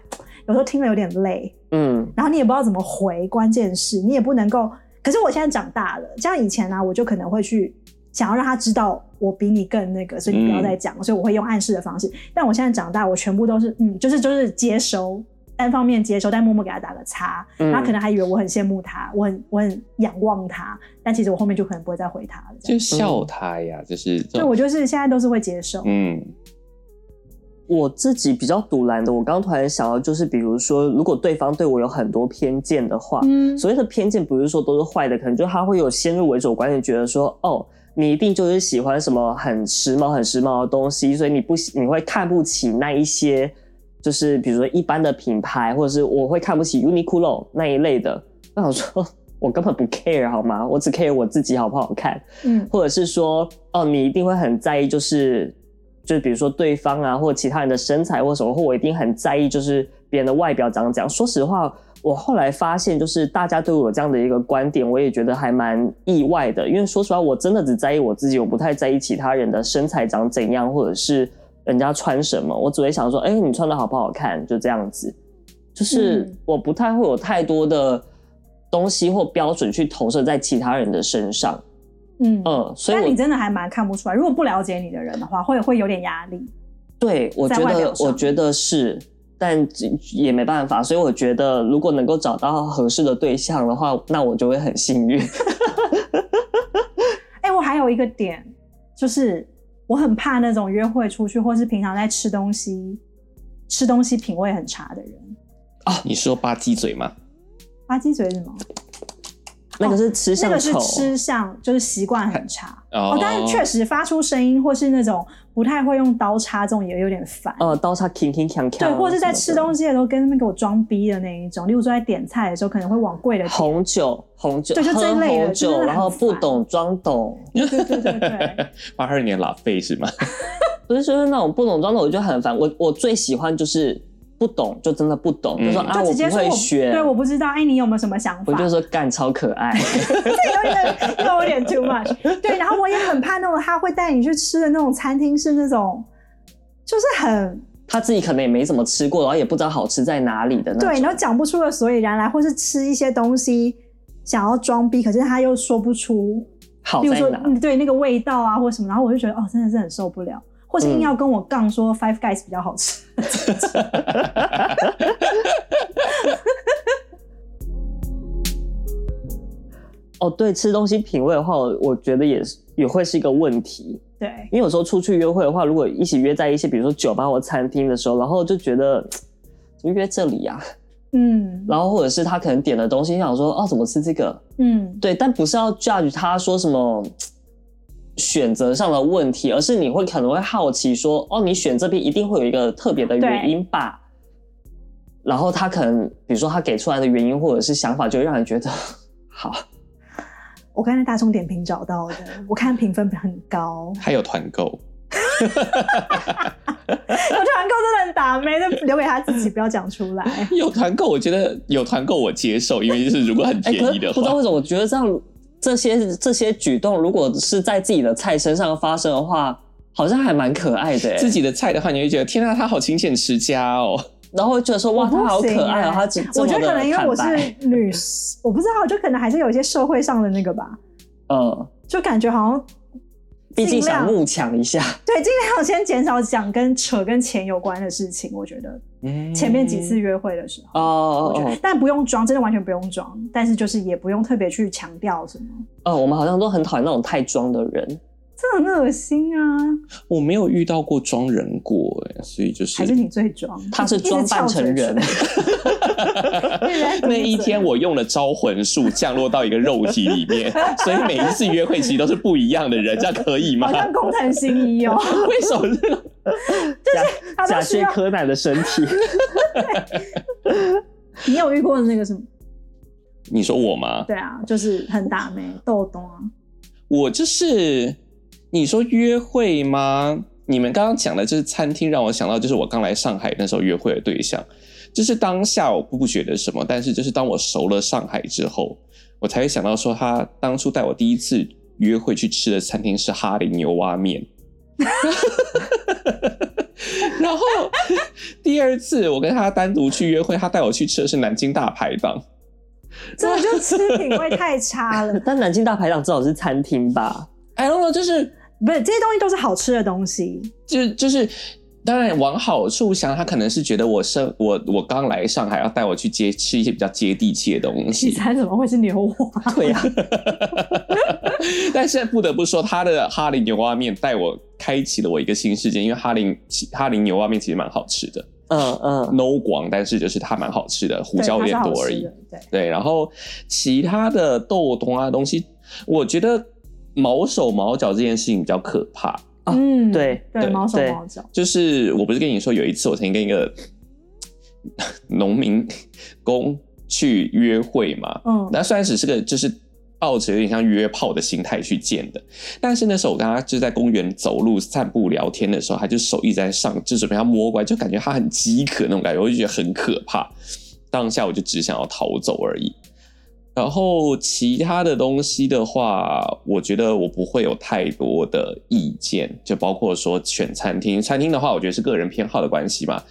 Speaker 2: 有时候听了有点累。
Speaker 1: 嗯，
Speaker 2: 然后你也不知道怎么回，关键是你也不能够。可是我现在长大了，像以前呢、啊我就可能会去想要让他知道我比你更那个，所以你不要再讲，
Speaker 1: 嗯
Speaker 2: 所以我会用暗示的方式。但我现在长大，我全部都是嗯，就是就是接收，单方面接收，但默默给他打个叉，
Speaker 1: 嗯
Speaker 2: 然后可能还以为我很羡慕他，我很我很仰望他，但其实我后面就可能不会再回他了。这样
Speaker 3: 就笑他呀，就是这
Speaker 2: 所以
Speaker 3: 种
Speaker 2: 我就是现在都是会接受，
Speaker 3: 嗯，
Speaker 1: 我自己比较独揽的，我刚突然想到，就是比如说，如果对方对我有很多偏见的话，
Speaker 2: 嗯，
Speaker 1: 所谓的偏见不是说都是坏的，可能就他会有先入为主的观念，觉得说哦，你一定就是喜欢什么很时髦、很时髦的东西，所以你不喜你会看不起那一些，就是比如说一般的品牌，或者是我会看不起 Uniqlo 那一类的。那我说 我根本不 care 好吗？我只 care 我自己好不好看。
Speaker 2: 嗯
Speaker 1: 或者是说，哦，你一定会很在意，就是就比如说对方啊，或其他人的身材或什么，或我一定很在意，就是别人的外表长怎样。说实话，我后来发现，就是大家对我有这样的一个观点，我也觉得还蛮意外的。因为说实话，我真的只在意我自己，我不太在意其他人的身材长怎样，或者是人家穿什么。我只会想说，哎、你穿的好不好看，就这样子。就是
Speaker 2: 嗯
Speaker 1: 我不太会有太多的东西或标准去投射在其他人的身上，
Speaker 2: 嗯。
Speaker 1: 嗯，所以
Speaker 2: 但
Speaker 1: 我
Speaker 2: 你真的还蛮看不出来，如果不了解你的人的话，会会有点压力。
Speaker 1: 对，我
Speaker 2: 在
Speaker 1: 觉
Speaker 2: 外
Speaker 1: 得
Speaker 2: 表，上
Speaker 1: 我觉得是，但嗯也没办法，所以我觉得，如果能够找到合适的对象的话，那我就会很幸运。
Speaker 2: 哎、我还有一个点，就是我很怕那种约会出去或是平常在吃东西，吃东西品味很差的人。
Speaker 3: 你说吧唧嘴吗？
Speaker 2: 吧唧嘴是什么？
Speaker 1: 那个是吃
Speaker 2: 哦那
Speaker 1: 相
Speaker 2: 个是
Speaker 1: 丑，
Speaker 2: 吃相，就是习惯很差。
Speaker 3: 哦
Speaker 2: 哦，但是确实发出声音或是那种不太会用刀叉，这种也有点烦。
Speaker 1: 呃，刀叉铿铿锵锵，
Speaker 2: 对，或者是在吃东。西的时候跟他们给我装逼的那一种，例如说在点菜的时候可能会往贵的点，
Speaker 1: 红酒，红酒，
Speaker 2: 对就
Speaker 1: 喝
Speaker 2: 这一类的
Speaker 1: 红
Speaker 2: 就
Speaker 1: 酒，
Speaker 2: 是
Speaker 1: 然后
Speaker 2: 很
Speaker 1: 不
Speaker 2: 烦
Speaker 1: 懂装懂，
Speaker 2: 对对对对 对，
Speaker 3: 八二年拉菲是吗？
Speaker 1: 不是就是那种不懂装懂，我就很烦。我我最喜欢就是不懂，就真的不懂，就说
Speaker 3: 嗯
Speaker 1: 啊，
Speaker 2: 就
Speaker 1: 我
Speaker 2: 直接
Speaker 1: 不
Speaker 2: 说
Speaker 1: 会
Speaker 2: 我
Speaker 1: 学，
Speaker 2: 对我不知道，哎，你有没有什么想法？
Speaker 1: 我就说干超可爱，
Speaker 2: 有点又有点 too much。对，然后我也很怕那种他会带你去吃的那种餐厅是那种，就是很
Speaker 1: 他自己可能也没怎么吃过，然后也不知道好吃在哪里的那种。
Speaker 2: 对，然后讲不出个所以然来，或是吃一些东西想要装逼，可是他又说不出，
Speaker 1: 好
Speaker 2: 比如
Speaker 1: 哦在
Speaker 2: 说
Speaker 1: 哪？
Speaker 2: 嗯对那个味道啊或什么，然后我就觉得哦，真的是很受不了。或是硬要跟我杠说 Five Guys 比较好吃，
Speaker 1: 哦，对，吃东西品味的话，我我觉得也是也会是一个问题，
Speaker 2: 对，
Speaker 1: 因为有时候出去约会的话，如果一起约在一些比如说酒吧或餐厅的时候，然后就觉得嘖怎么约这里啊，
Speaker 2: 嗯
Speaker 1: 然后或者是他可能点的东西，想说哦怎么吃这个，
Speaker 2: 嗯，
Speaker 1: 对，但不是要 judge 他说什么。嘖选择上的问题，而是你会可能会好奇说，哦，你选这边一定会有一个特别的原因吧？然后他可能，比如说他给出来的原因或者是想法，就会让人觉得，好，
Speaker 2: 我刚才大众点评找到的，我看评分很高，
Speaker 3: 还有团购，
Speaker 2: 有团购真的很打没的留给他自己，不要讲出来。
Speaker 3: 有团购，我觉得有团购我接受，因为就是如果很
Speaker 1: 哎、
Speaker 3: 便
Speaker 1: 可
Speaker 3: 宜
Speaker 1: 是
Speaker 3: 的
Speaker 1: 不知道
Speaker 3: 话，
Speaker 1: 为什么，我觉得这样这些这些举动，如果是在自己的菜身上发生的话，好像还蛮可爱的、哎
Speaker 3: 自己的菜的话，你会觉得天啊，他好勤俭持家哦。
Speaker 1: 然后会觉得说哇，
Speaker 2: 我不
Speaker 1: 他好可爱哦、
Speaker 2: 行哎
Speaker 1: 他这
Speaker 2: 我觉
Speaker 1: 这么
Speaker 2: 得
Speaker 1: 的
Speaker 2: 可能因为我
Speaker 1: 坦白
Speaker 2: 是女，我不知道，就 可能还是有一些社会上的那个吧，
Speaker 1: 嗯，
Speaker 2: 就感觉好像
Speaker 1: 毕竟
Speaker 2: 尽
Speaker 1: 想
Speaker 2: 量
Speaker 1: 慕强一下，
Speaker 2: 对，尽量先减少讲跟扯跟钱有关的事情。我觉得
Speaker 3: 嗯
Speaker 2: 前面几次约会的时候。
Speaker 1: 哦
Speaker 2: 我
Speaker 1: 哦
Speaker 2: 觉得
Speaker 1: 哦，
Speaker 2: 但不用装，真的完全不用装，但是就是也不用特别去强调什么，
Speaker 1: 哦，我们好像都很讨厌那种太装的人，
Speaker 2: 这很恶心啊！
Speaker 3: 我没有遇到过装人过，哎，所以就是
Speaker 2: 还是你最装，
Speaker 1: 他是
Speaker 2: 一直
Speaker 1: 装扮
Speaker 2: 翘着
Speaker 1: 成人
Speaker 2: 嘴一直 在嘟
Speaker 3: 那一
Speaker 2: 嘴
Speaker 3: 天我用了招魂术降落到一个肉体 里面，所以每一次约会其实都是不一样的人，这样可以吗
Speaker 2: 好？像工藤新一哦，
Speaker 3: 为什么这种
Speaker 2: 他
Speaker 1: 假
Speaker 2: 都需
Speaker 1: 借
Speaker 2: 要。
Speaker 1: 柯南的身体，
Speaker 2: 你有遇过那个什么？
Speaker 3: 你说我吗？
Speaker 2: 对啊，就是很大妹豆豆啊，
Speaker 3: 我就是你说约会吗？你们刚刚讲的就是餐厅，让我想到就是我刚来上海那时候约会的对象，就是当下我不觉得什么，但是就是当我熟了上海之后，我才会想到说他当初带我第一次约会去吃的餐厅是哈林牛蛙面。 然后第二次我跟他单独去约会，他带我去吃的是南京大排档。
Speaker 2: 真的就吃品味太差 了。
Speaker 1: 但南京大排档至少是餐厅吧？
Speaker 3: I don't know，就是
Speaker 2: 不是这些东西都是好吃的东西，
Speaker 3: 就就是，当然往好处想，他可能是觉得我生我我刚来上海，要带我去接吃一些比较接地气的东
Speaker 2: 你
Speaker 3: 西。
Speaker 2: 猜怎么会是牛蛙？
Speaker 1: 对
Speaker 3: 啊
Speaker 1: 呀、
Speaker 3: 但是不得不说，他的哈林牛蛙面带我开启了我一个新世界，因为哈林其哈林牛蛙面其实蛮好吃的
Speaker 1: 嗯嗯，
Speaker 3: ，no 广，但是就是它蛮好吃的，胡
Speaker 2: 对
Speaker 3: 椒有
Speaker 2: 它是
Speaker 3: 点
Speaker 2: 好
Speaker 3: 多而
Speaker 2: 吃
Speaker 3: 已
Speaker 2: 的。。对，
Speaker 3: 对，然后其他的豆冬啊东西，我觉得毛手毛脚这件事情比较可怕。
Speaker 1: 啊
Speaker 2: 嗯，
Speaker 1: 对
Speaker 2: 对，
Speaker 3: 对
Speaker 2: 毛手
Speaker 1: 对
Speaker 2: 毛脚，
Speaker 3: 就是我不是跟你说有一次我曾经跟一个 农民工去约会嘛，
Speaker 2: 嗯，
Speaker 3: 那虽然只是个就是抱着有点像约炮的心态去见的，但是那时候我跟他就在公园走路散步聊天的时候，他就手一直在上，就准备要摸过来，就感觉他很饥渴那种感觉，我就觉得很可怕。当下我就只想要逃走而已。然后其他的东西的话，我觉得我不会有太多的意见，就包括说选餐厅。餐厅的话，我觉得是个人偏好的关系嘛。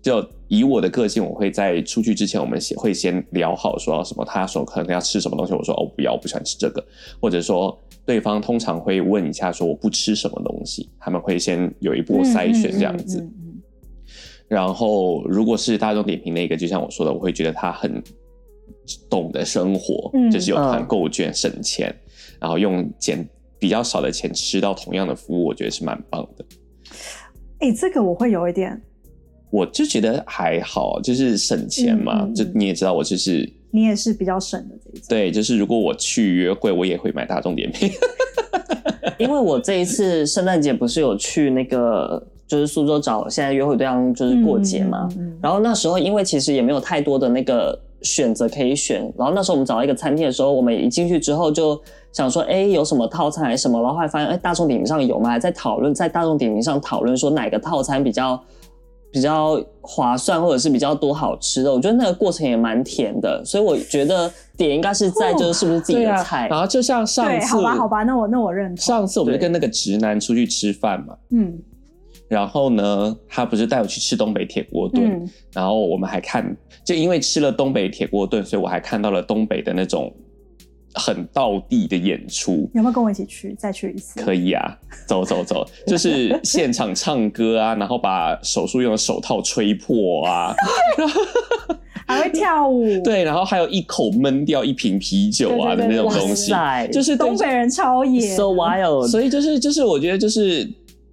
Speaker 3: 就以我的个性，我会在出去之前，我们先会先聊好，说什么他说可能要吃什么东西，我说哦不要，我不喜欢吃这个，或者说对方通常会问一下说我不吃什么东西，他们会先有一波筛选这样子。
Speaker 2: 嗯嗯嗯嗯
Speaker 3: 然后如果是大众点评那个，就像我说的，我会觉得他很懂得生活，
Speaker 2: 嗯
Speaker 3: 就是有团购券省钱，然后用减比较少的钱吃到同样的服务，我觉得是蛮棒的。
Speaker 2: 哎、这个我会有一点，
Speaker 3: 我就觉得还好，就是省钱嘛，
Speaker 2: 嗯嗯嗯
Speaker 3: 就你也知道，我就是
Speaker 2: 你也是比较省的这一种。
Speaker 3: 对，就是如果我去约会，我也会买大众点评。
Speaker 1: 因为我这一次圣诞节不是有去那个，就是苏州找现在约会对象，就是过节嘛。
Speaker 2: 嗯，嗯嗯
Speaker 1: 然后那时候因为其实也没有太多的那个选择可以选，然后那时候我们找到一个餐厅的时候，我们一进去之后就想说，哎，有什么套餐还是什么，然后后来发现，哎，大众点评上有吗？还在讨论，在大众点评上讨论说哪个套餐比较比较划算，或者是比较多好吃的。我觉得那个过程也蛮甜的，所以我觉得点应该是在就是是不是自己
Speaker 3: 对
Speaker 2: 哦
Speaker 1: 的
Speaker 3: 啊
Speaker 1: 菜，
Speaker 3: 然后就像上
Speaker 2: 对，
Speaker 3: 次，
Speaker 2: 好吧，好吧，那我那我认同。
Speaker 3: 上次我们就
Speaker 1: 对
Speaker 3: 跟那个直男出去吃饭嘛，
Speaker 2: 嗯
Speaker 3: 然后呢，他不是带我去吃东北铁锅炖，
Speaker 2: 嗯，
Speaker 3: 然后我们还看，就因为吃了东北铁锅炖，所以我还看到了东北的那种很道地的演出。
Speaker 2: 有没有跟我一起去？再去一次？
Speaker 3: 可 以啊，走走走，就是现场唱歌啊，然后把手术用的手套吹 破啊，
Speaker 2: 还会跳舞。
Speaker 3: 对，然后还有一口闷掉一瓶啤酒啊
Speaker 2: 对
Speaker 3: 的
Speaker 2: 对对
Speaker 3: 那种
Speaker 1: 哇
Speaker 3: 东西，
Speaker 1: 塞，
Speaker 3: 就是对
Speaker 2: 东北人超野。
Speaker 1: so wild，
Speaker 3: 所以就是就是，我觉得就是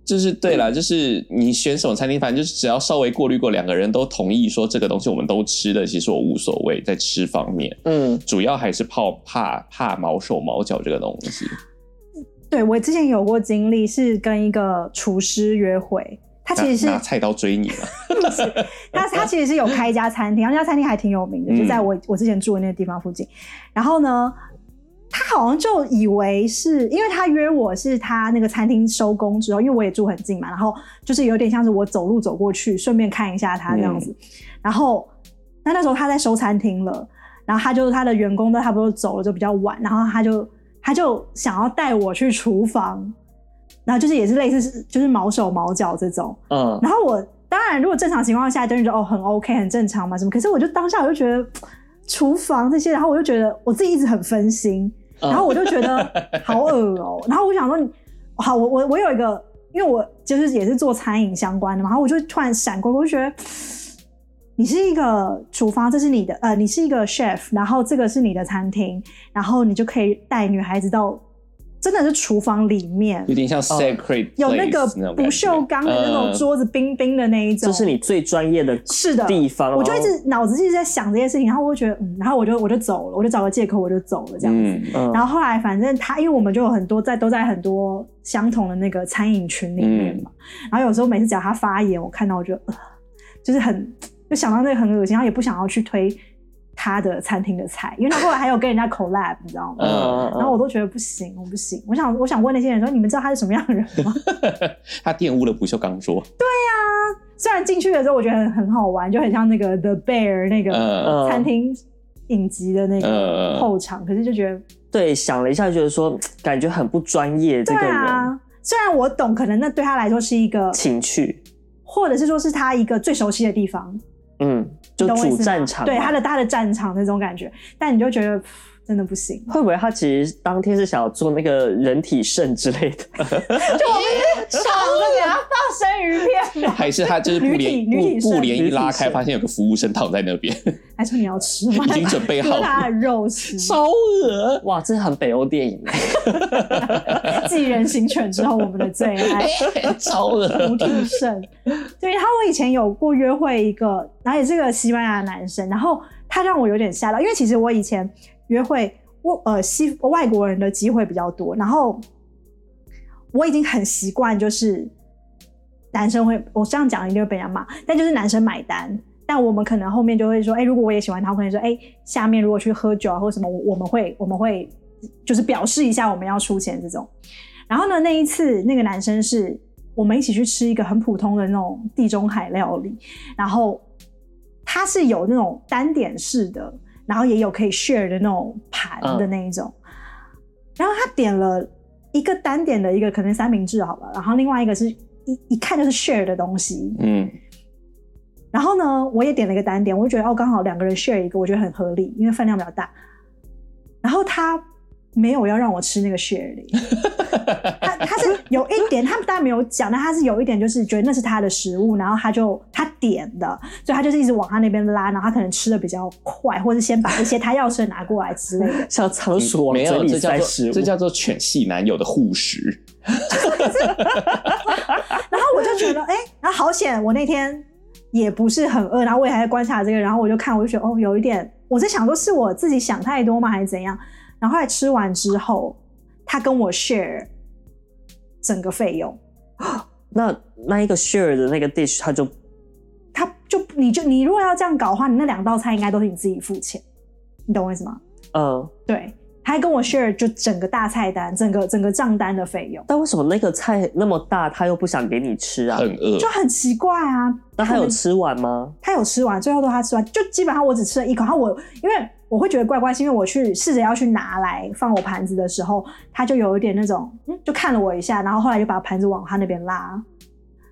Speaker 3: 就是
Speaker 2: 嗯
Speaker 3: 对啦，就是你选什么餐厅，反正就是只要稍微过滤过两个人都同意说这个东西我们都吃的，其实我无所谓，在吃方面，
Speaker 1: 嗯。
Speaker 3: 主要还是怕怕怕毛手毛脚这个东西。
Speaker 2: 对我之前有过经历，是跟一个厨师约会，他其实是
Speaker 3: 拿拿菜刀追 你嘛，
Speaker 2: 他他其实是有开一家餐厅，然后那家餐厅还挺有名的，
Speaker 3: 嗯
Speaker 2: 就在我我之前住的那个地方附近。然后呢，他好像就以为是因为他约我是他那个餐厅收工之后，因为我也住很近嘛，然后就是有点像是我走路走过去，顺便看一下他这样子。然后那那时候他在收餐厅了，然后他就他的员工都差不多走了，就比较晚，然后他就他就想要带我去厨房，然后就是也是类似是就是毛手毛脚这种。
Speaker 1: 嗯，
Speaker 2: 然后我当然，如果正常情况下，就是觉得哦很 OK 很正常嘛什么。可是我就当下我就觉得厨房这些，然后我就觉得我自己一直很分心，
Speaker 1: 嗯
Speaker 2: 然后我就 觉得好恶哦、然后我想说你，好，我我我有一个，因为我就是也是做餐饮相关的嘛，然后我就突然闪过，我就觉得。 你是一个厨房，这是你的呃，你是一个 chef，然后这个是你的餐厅，然后你就可以带女孩子到，真的是厨房里面，
Speaker 3: 有点像 sacred，、
Speaker 2: 有那个不锈钢的那种
Speaker 3: 桌，
Speaker 2: 桌子，冰冰的那一
Speaker 1: 嗯
Speaker 2: 种。
Speaker 1: 这是你最专业的
Speaker 2: 是的
Speaker 1: 地方，
Speaker 2: 我就一
Speaker 1: 然后
Speaker 2: 直脑子一直在想这些事情，然后我就觉得，嗯，然后我就我就走了，我就找个借口我就走了这样子。
Speaker 3: 嗯，
Speaker 1: 嗯，
Speaker 2: 然后后来反正他，因为我们就有很多在都在很多相同的那个餐饮群里面嘛，
Speaker 1: 嗯
Speaker 2: 然后有时候每次只要他发言，我看到我就、呃、就是很就想到那个很恶心，然后也不想要去推他的餐厅的菜，因为他后来还有跟人家 collab，你知道吗？
Speaker 1: 嗯，嗯嗯
Speaker 2: 然后我都觉得不行，我不行，我想我想问那些人说，你们知道他是什么样的人吗？
Speaker 3: 他嗯玷污了不锈 钢桌，
Speaker 2: 虽然进去的时候我觉得很很好玩，就很像那个 The Bear 那个
Speaker 3: 嗯
Speaker 1: 嗯
Speaker 2: 餐厅影集的那
Speaker 3: 嗯嗯
Speaker 2: 个
Speaker 3: 嗯
Speaker 2: 后场，可是就觉得
Speaker 1: 对想了一下，觉得说感觉很不专业，这
Speaker 2: 对
Speaker 1: 个人
Speaker 2: 啊，虽然我懂，可能那对他来说是一个，
Speaker 1: 情趣，
Speaker 2: 或者是说是他一个最熟悉的地方，
Speaker 1: 嗯，就
Speaker 2: 你懂我意思
Speaker 1: 主
Speaker 2: 吗
Speaker 1: 战场嘛，，
Speaker 2: 对他的他的战场那种感觉，但你就觉得噗真的不行
Speaker 1: 会不会他其实当天是想要做那个人体肾之类的？
Speaker 2: 就我们吵着给他啊放生鱼片嘛，
Speaker 3: 还是他就是布
Speaker 2: 女
Speaker 3: 帘
Speaker 2: 体女体
Speaker 3: 布布帘
Speaker 1: 女
Speaker 3: 一
Speaker 1: 体
Speaker 3: 拉开，
Speaker 1: 盛
Speaker 3: 发现有个服务生躺在 那边，
Speaker 2: 还说你要吃吗？
Speaker 3: 已经准备好
Speaker 2: 割他的肉吃，
Speaker 3: 超恶。
Speaker 1: 哇，这很北欧电影欸，
Speaker 2: 继人形犬之后我们的最爱。
Speaker 3: 超
Speaker 2: 无
Speaker 3: 恶
Speaker 2: 定胜。对，他我以前有过约会一个，然后也是个西班牙男生，然后他让我有点吓到，因为其实我以前约会，我呃西外国人的机会比较多，然后我已经很习惯，就是男生会，我这样讲一定会被人家骂，但就是男生买单。但我们可能后面就会说，哎、如果我也喜欢他，我可能说，哎、下面如果去喝酒啊或者什么，我我们会我们会就是表示一下我们要出钱这种。然后呢，那一次那个男生是我们一起去吃一个很普通的那种地中海料理，然后它是有那种单点式的，然后也有可以 share 的那种盘的那一种。然后他点了一个单点的一个可能三明治好了，然后另外一个是一一看就是 share 的东西。
Speaker 3: 嗯，
Speaker 2: 然后呢，我也点了一个单点，我就觉得哦，刚好两个人 share 一个，我觉得很合理，因为分量比较大。然后他没有要让我吃那个 share 的，他他是有一点，他当然没有讲，但他是有一点，就是觉得那是他的食物，然后他就他点的，所以他就是一直往他那边拉，然后他可能吃的比较快，或者先把一些他要吃的拿过来之类的。
Speaker 1: 像仓鼠往
Speaker 3: 嗯没
Speaker 1: 嘴
Speaker 3: 有，
Speaker 1: 里
Speaker 3: 这
Speaker 1: 塞
Speaker 3: 叫
Speaker 1: 食
Speaker 3: 做
Speaker 1: 物
Speaker 3: 这，叫做犬系男友的护食。
Speaker 2: 然后我就觉得，哎、然后好险，我那天也不是很饿，然后我也还在观察这个，然后我就看，我就觉得哦，有一点，我在想说是我自己想太多吗，还是怎样？然后后来吃完之后，他跟我 share 整个费用，
Speaker 1: 那那一个 share 的那个 dish，他就
Speaker 2: 他就你就你如果要这样搞的话，你那两道菜应该都是你自己付钱，你懂我意思吗？
Speaker 1: 嗯，
Speaker 2: 对，他还跟我 share 就整个大菜单，整个整个账单的费用，
Speaker 1: 但为什么那个菜那么大，他又不想给你吃啊？
Speaker 3: 很饿
Speaker 2: 就，很奇怪啊。
Speaker 1: 那他
Speaker 2: 可
Speaker 1: 有
Speaker 2: 能
Speaker 1: 吃完吗？
Speaker 2: 他有吃完，最后都他吃完，就基本上我只吃了一口。然后我因为我会觉得怪怪，是因为我去试着要去拿来放我盘子的时候，他就有一点那种，嗯，就看了我一下，然后后来就把盘子往他那边拉。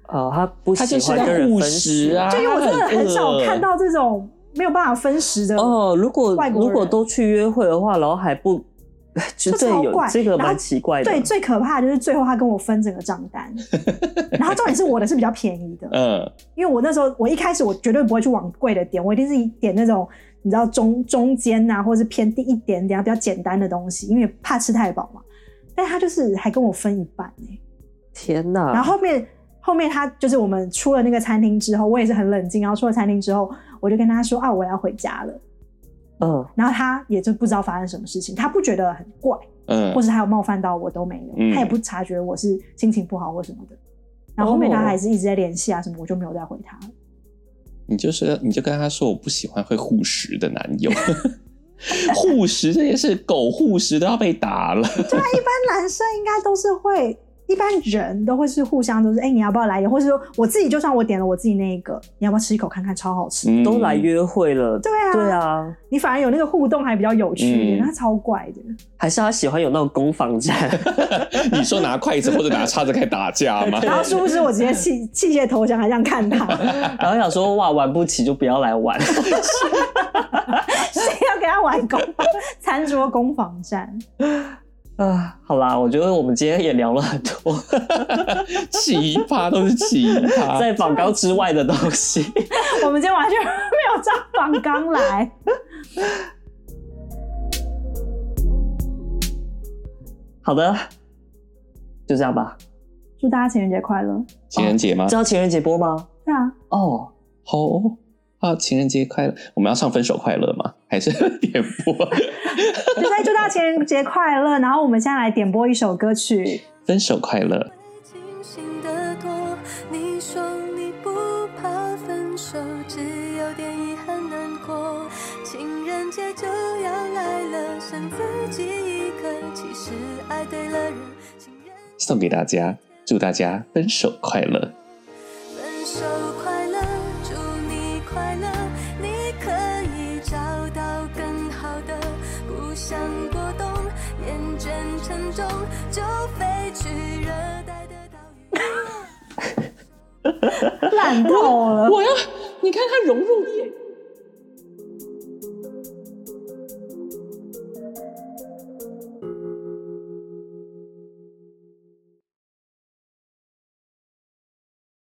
Speaker 1: 哦，他不
Speaker 3: 他就
Speaker 1: 喜
Speaker 3: 是
Speaker 1: 欢
Speaker 3: 个
Speaker 1: 跟人
Speaker 3: 护
Speaker 1: 分
Speaker 3: 食
Speaker 1: 食
Speaker 3: 啊，
Speaker 2: 就因为我真的很少
Speaker 3: 饿
Speaker 2: 看。到这种没有办法分食的，
Speaker 1: 哦，如果
Speaker 2: 外国
Speaker 1: 如
Speaker 2: 人
Speaker 1: 果都去约会的话，然后还不， 就
Speaker 2: 就
Speaker 1: 这
Speaker 2: 超
Speaker 1: 有
Speaker 2: 怪
Speaker 1: 这个
Speaker 2: 然后
Speaker 1: 蛮奇怪的。
Speaker 2: 对，最可怕的就是最后他跟我分整个账单，然后重点是我的是比较便宜的，
Speaker 3: 嗯，
Speaker 2: 因为我那时候我一开始我绝对不会去往贵的点，我一定是点那种你知道中中间呐、或者是偏低一点点啊比较简单的东西，因为怕吃太饱嘛。但他就是还跟我分一半、欸、
Speaker 1: 天哪！
Speaker 2: 然后后面后面他就是我们出了那个餐厅之后，我也是很冷静，然后出了餐厅之后，我就跟他说啊我要回家了，
Speaker 1: 嗯
Speaker 2: 然后他也就不知道发生什么事情，他不觉得很怪，
Speaker 3: 嗯
Speaker 2: 或，者他有冒犯到我都没有，
Speaker 3: 嗯
Speaker 2: 他也不察觉我是心情不好或什么的。然后后面他还是一直在联系啊什么，我就没有再回他了。
Speaker 3: 你就是你就跟他说我不喜欢会护食的男友， 护食这件事，狗护食都要被打了。
Speaker 2: 但男生应该都是会，一般人都会是互相都是，哎、你要不要来一点？或者说我自己就算我点了我自己那一个，你要不要吃一口看看？超好吃。
Speaker 3: 嗯
Speaker 1: 都来约会了，
Speaker 2: 对啊，
Speaker 1: 对，啊，
Speaker 2: 你反而有那个互动还比较有趣一点，
Speaker 3: 嗯
Speaker 2: 他超怪的。
Speaker 1: 还是他喜欢有那种攻防战，
Speaker 3: 你说拿筷子或者拿叉子开始打架 吗？
Speaker 1: 啊
Speaker 2: 然后殊不知我直接 弃弃械投降，还这样看他，
Speaker 1: 然后想说哇玩不起就不要来 玩，
Speaker 2: 谁要跟他玩攻防餐桌攻防战？
Speaker 1: 啊，好啦，我觉得我们今天也聊了很多
Speaker 3: 奇葩都是奇葩。
Speaker 1: 在广告之外的东西。
Speaker 2: 我们今天完全没有照仿纲来。
Speaker 1: 好的，就这样吧。
Speaker 2: 祝大家情人节快乐！
Speaker 3: 情人节吗？
Speaker 1: 知道情人节播吗？
Speaker 2: 对啊，
Speaker 1: 哦，
Speaker 3: 好哦啊，情人节快乐！我们要唱分手快乐吗？还是 点播
Speaker 2: 就在祝大家情人节快乐。然后我们现在来点播一首歌曲，
Speaker 3: 分手快乐？
Speaker 4: 清醒的过，你说你不怕分手，只有点遗憾难过。情人节就要来了，剩自己一个，其实爱对了人。情人
Speaker 3: 送给大家，祝大家分手快乐！
Speaker 4: 分手快乐，祝你快乐，你可以找到更好的。不想过冬，厌倦沉重，就飞去热带的岛屿。
Speaker 2: 烂透了。
Speaker 3: 我要你看他融入夜。